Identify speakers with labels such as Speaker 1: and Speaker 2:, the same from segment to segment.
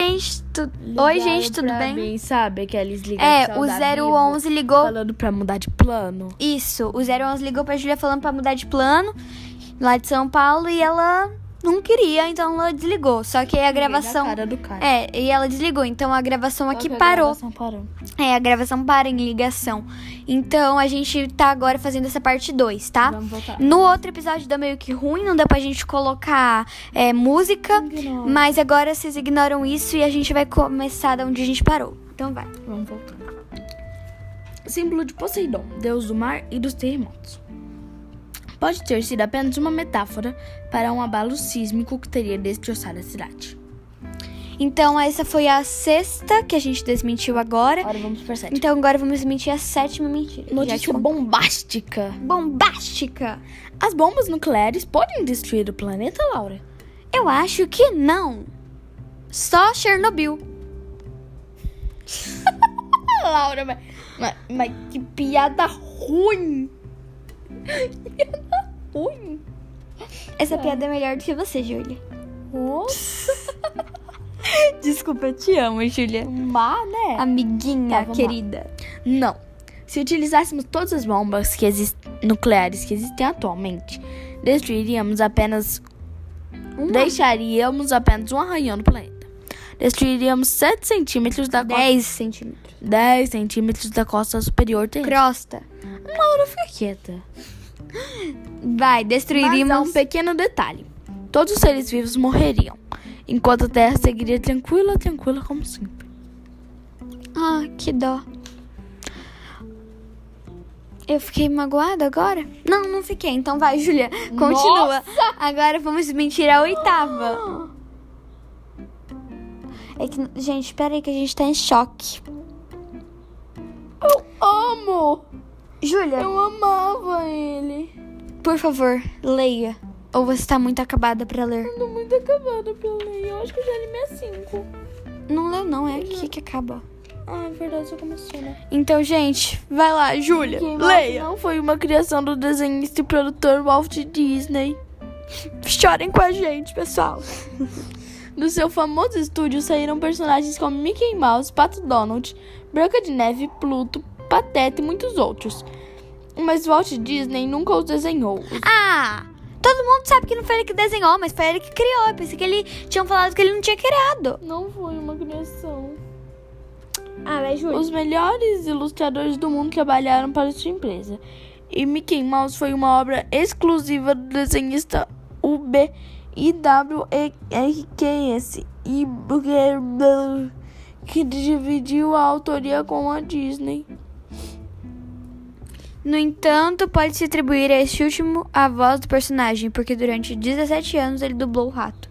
Speaker 1: Mas tu... oi, gente, tudo
Speaker 2: pra
Speaker 1: bem?
Speaker 2: Mim, né, sabe aqueles ligam
Speaker 1: É,
Speaker 2: pro
Speaker 1: o
Speaker 2: saudável,
Speaker 1: 011 ligou.
Speaker 2: falando pra mudar de plano.
Speaker 1: Isso, o 011 ligou pra Julia falando pra mudar de plano lá de São Paulo e ela não queria, então ela desligou. Só que aí a gravação.
Speaker 2: Na cara do cara.
Speaker 1: É, e ela desligou, então a gravação
Speaker 2: Só
Speaker 1: aqui
Speaker 2: que é a
Speaker 1: parou.
Speaker 2: gravação parou.
Speaker 1: É, a gravação para em ligação. Então a gente tá agora fazendo essa parte 2, tá?
Speaker 2: Vamos voltar.
Speaker 1: No outro episódio deu meio que ruim, não deu pra gente colocar é, música.
Speaker 2: Ignora.
Speaker 1: Mas agora vocês ignoram isso e a gente vai começar da onde a gente parou. Então vai.
Speaker 2: Vamos voltar. Símbolo de Poseidon, deus do mar e dos terremotos. Pode ter sido apenas uma metáfora para um abalo sísmico que teria destroçado a cidade.
Speaker 1: Então essa foi a sexta que a gente desmentiu agora.
Speaker 2: Agora vamos para a sétima.
Speaker 1: Então agora vamos mentir a sétima mentira. Já te
Speaker 2: Notícia
Speaker 1: conto.
Speaker 2: bombástica.
Speaker 1: bombástica.
Speaker 2: As bombas nucleares podem destruir o planeta, Laura?
Speaker 1: Eu acho que não. Só Chernobyl.
Speaker 2: Laura, mas, mas, mas que piada ruim. piada ruim.
Speaker 1: Essa piada é melhor do que você, Júlia.
Speaker 2: Nossa,
Speaker 1: Desculpa, eu te amo, Júlia.
Speaker 2: má, né?
Speaker 1: Amiguinha
Speaker 2: Tá, vamos lá.
Speaker 1: querida.
Speaker 2: Não. Se utilizássemos todas as bombas que exis- nucleares que existem atualmente, destruiríamos apenas.
Speaker 1: Uma?
Speaker 2: Deixaríamos apenas um arranhão no planeta. Destruiríamos 7 centímetros da costa.
Speaker 1: 10 centímetros.
Speaker 2: 10 centímetros da costa superior terrestre.
Speaker 1: Crosta.
Speaker 2: Laura, fica quieta.
Speaker 1: Vai,
Speaker 2: Mas há um
Speaker 1: destruiríamos.
Speaker 2: pequeno detalhe: todos os seres vivos morreriam, enquanto a Terra seguiria tranquila, tranquila como sempre.
Speaker 1: Ah, que dó. Eu fiquei magoada agora? Não, não fiquei. Então vai, Júlia. Continua. Agora vamos mentir a oitava. É que, gente, peraí que a gente tá em choque.
Speaker 2: Amo!
Speaker 1: Júlia,
Speaker 2: amava ele.
Speaker 1: por favor, leia. Ou você tá muito acabada pra ler.
Speaker 2: Tô muito acabada pela lei. Eu acho que eu já li minha 5.
Speaker 1: Não leu, não. É aqui que acaba.
Speaker 2: Ah, é verdade, só começou, né?
Speaker 1: Então, gente, vai lá, Júlia. Leia.
Speaker 2: Não foi uma criação do desenhista e produtor Walt Disney.
Speaker 1: Chorem com a gente, pessoal.
Speaker 2: Do seu famoso estúdio saíram personagens como Mickey Mouse, Pato Donald, Branca de Neve, Pluto, Pateta e muitos outros. Mas Walt Disney nunca os desenhou.
Speaker 1: Ah, todo mundo sabe que não foi ele que desenhou, mas foi ele que criou. Eu pensei que ele tinham falado que ele não tinha criado.
Speaker 2: Não foi uma criação.
Speaker 1: Ah, mas Júlia.
Speaker 2: Os melhores ilustradores do mundo trabalharam para sua empresa. E Mickey Mouse foi uma obra exclusiva do desenhista UB IWRQS e que dividiu a autoria com a Disney.
Speaker 1: No entanto, pode-se atribuir a este último a voz do personagem, porque durante 17 anos ele dublou o rato.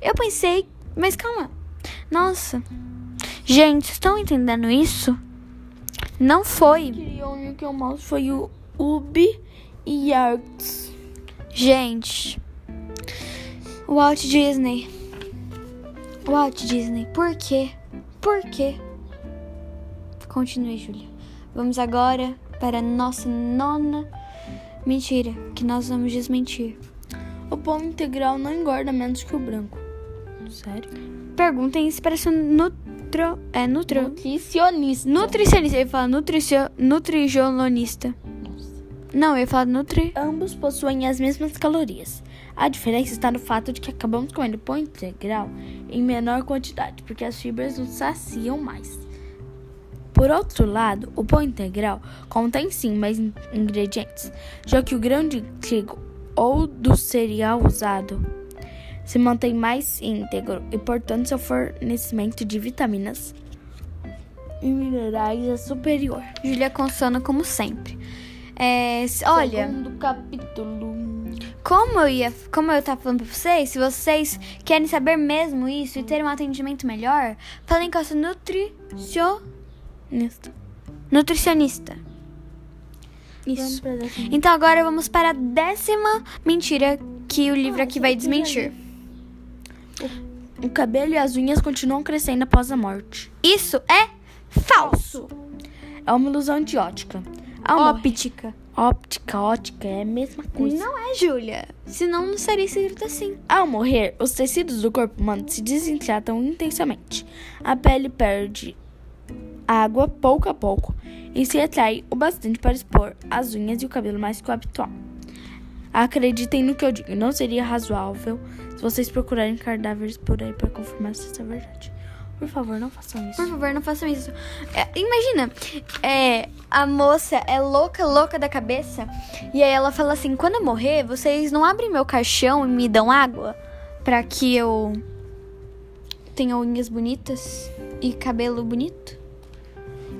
Speaker 1: Eu pensei, mas calma. Nossa. Gente, vocês estão entendendo isso? Não foi.
Speaker 2: Criou o Mickey Mouse foi o UB e Arts.
Speaker 1: Gente. Walt Disney. Walt Disney. Por quê? Por quê? Continue, Júlia. Vamos agora para a nossa nona mentira, que nós vamos desmentir.
Speaker 2: O pão integral não engorda menos que o branco. Sério?
Speaker 1: Perguntem isso para seu nutro... É, nutro...
Speaker 2: Nutricionista.
Speaker 1: Nutricionista. Eu ia falar nutricio... nutricionista. Não, eu ia falar nutri...
Speaker 2: Ambos possuem as mesmas calorias. A diferença está no fato de que acabamos comendo pão integral em menor quantidade, porque as fibras nos saciam mais. Por outro lado, o pão integral contém sim mais in- ingredientes, já que o grão de trigo ou do cereal usado se mantém mais íntegro e, portanto, seu fornecimento de vitaminas e minerais é superior.
Speaker 1: Júlia Consona, como sempre. É, se- olha...
Speaker 2: Segundo Um capítulo.
Speaker 1: Como eu ia, como eu tava falando pra vocês, se vocês querem saber mesmo isso e ter um atendimento melhor, falem com a sua nutricio-
Speaker 2: Nisto.
Speaker 1: nutricionista.
Speaker 2: Vamos
Speaker 1: Isso.
Speaker 2: pra décima.
Speaker 1: Então agora vamos para a décima mentira que o livro aqui vai desmentir.
Speaker 2: O cabelo e as unhas continuam crescendo após a morte.
Speaker 1: Isso é falso.
Speaker 2: É uma ilusão de ótica. Ao morrer-
Speaker 1: Óptica.
Speaker 2: óptica, ótica é a mesma coisa.
Speaker 1: Não é, Júlia. Senão não seria escrito assim.
Speaker 2: Ao morrer, os tecidos do corpo humano se desintegram intensamente. A pele perde água pouco a pouco e se atrai o bastante para expor as unhas e o cabelo mais que o habitual. Acreditem no que eu digo, não seria razoável se vocês procurarem cadáveres por aí para confirmar se isso é verdade. Por favor, não façam
Speaker 1: Por
Speaker 2: isso.
Speaker 1: favor, não façam isso. É, imagina, é, a moça é louca, louca da cabeça. E aí ela fala assim: quando eu morrer, vocês não abrem meu caixão e me dão água pra que eu tenha unhas bonitas e cabelo bonito?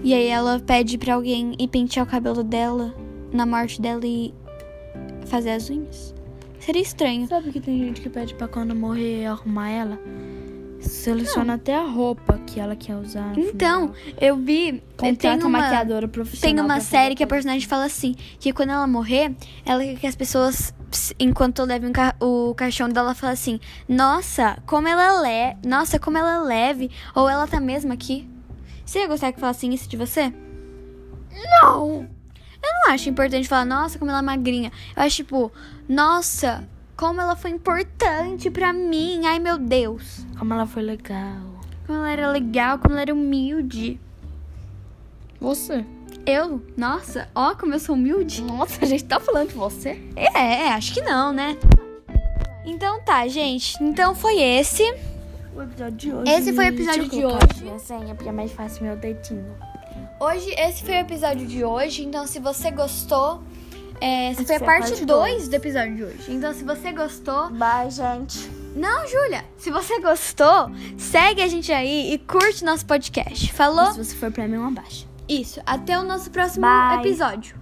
Speaker 1: E aí ela pede pra alguém ir pentear o cabelo dela na morte dela e fazer as unhas? Seria estranho.
Speaker 2: Sabe que tem gente que pede para quando morrer arrumar ela? Seleciona até a roupa que ela quer usar. no
Speaker 1: Então,
Speaker 2: funeral.
Speaker 1: eu vi.
Speaker 2: contrata
Speaker 1: tem uma-
Speaker 2: maquiadora profissional.
Speaker 1: Tem uma
Speaker 2: pra
Speaker 1: série
Speaker 2: fazer
Speaker 1: que a personagem fala assim, que quando ela morrer, ela quer que as pessoas, ps- enquanto levam o ca- o caixão dela, fala assim, nossa, como ela é le... nossa, como ela é leve, ou ela tá mesmo aqui. Você ia gostar que falassem isso de você? Não! Eu não acho importante falar, nossa, como ela é magrinha. Eu acho tipo, nossa, como ela foi importante pra mim, ai meu Deus.
Speaker 2: Como ela foi legal.
Speaker 1: Como ela era legal, como ela era humilde.
Speaker 2: Você?
Speaker 1: Eu? Nossa, ó como eu sou humilde.
Speaker 2: Nossa, a gente tá falando de você?
Speaker 1: É, é, acho que não, né? Então tá, gente. Então foi esse.
Speaker 2: O episódio de hoje.
Speaker 1: Esse foi o episódio
Speaker 2: Deixa
Speaker 1: de
Speaker 2: eu colocar
Speaker 1: hoje.
Speaker 2: Minha senha, porque é mais fácil meu dedinho.
Speaker 1: Hoje, esse foi o episódio de hoje. Então, se você gostou, é, essa
Speaker 2: Esse
Speaker 1: foi a
Speaker 2: foi a
Speaker 1: parte
Speaker 2: parte
Speaker 1: 2 do episódio de hoje. Então, se você gostou.
Speaker 2: Bye, gente.
Speaker 1: Não, Júlia! Se você gostou, segue a gente aí e curte nosso podcast. Falou?
Speaker 2: Se você for pra mim, uma baixa.
Speaker 1: Isso. Até o nosso próximo
Speaker 2: Bye.
Speaker 1: episódio.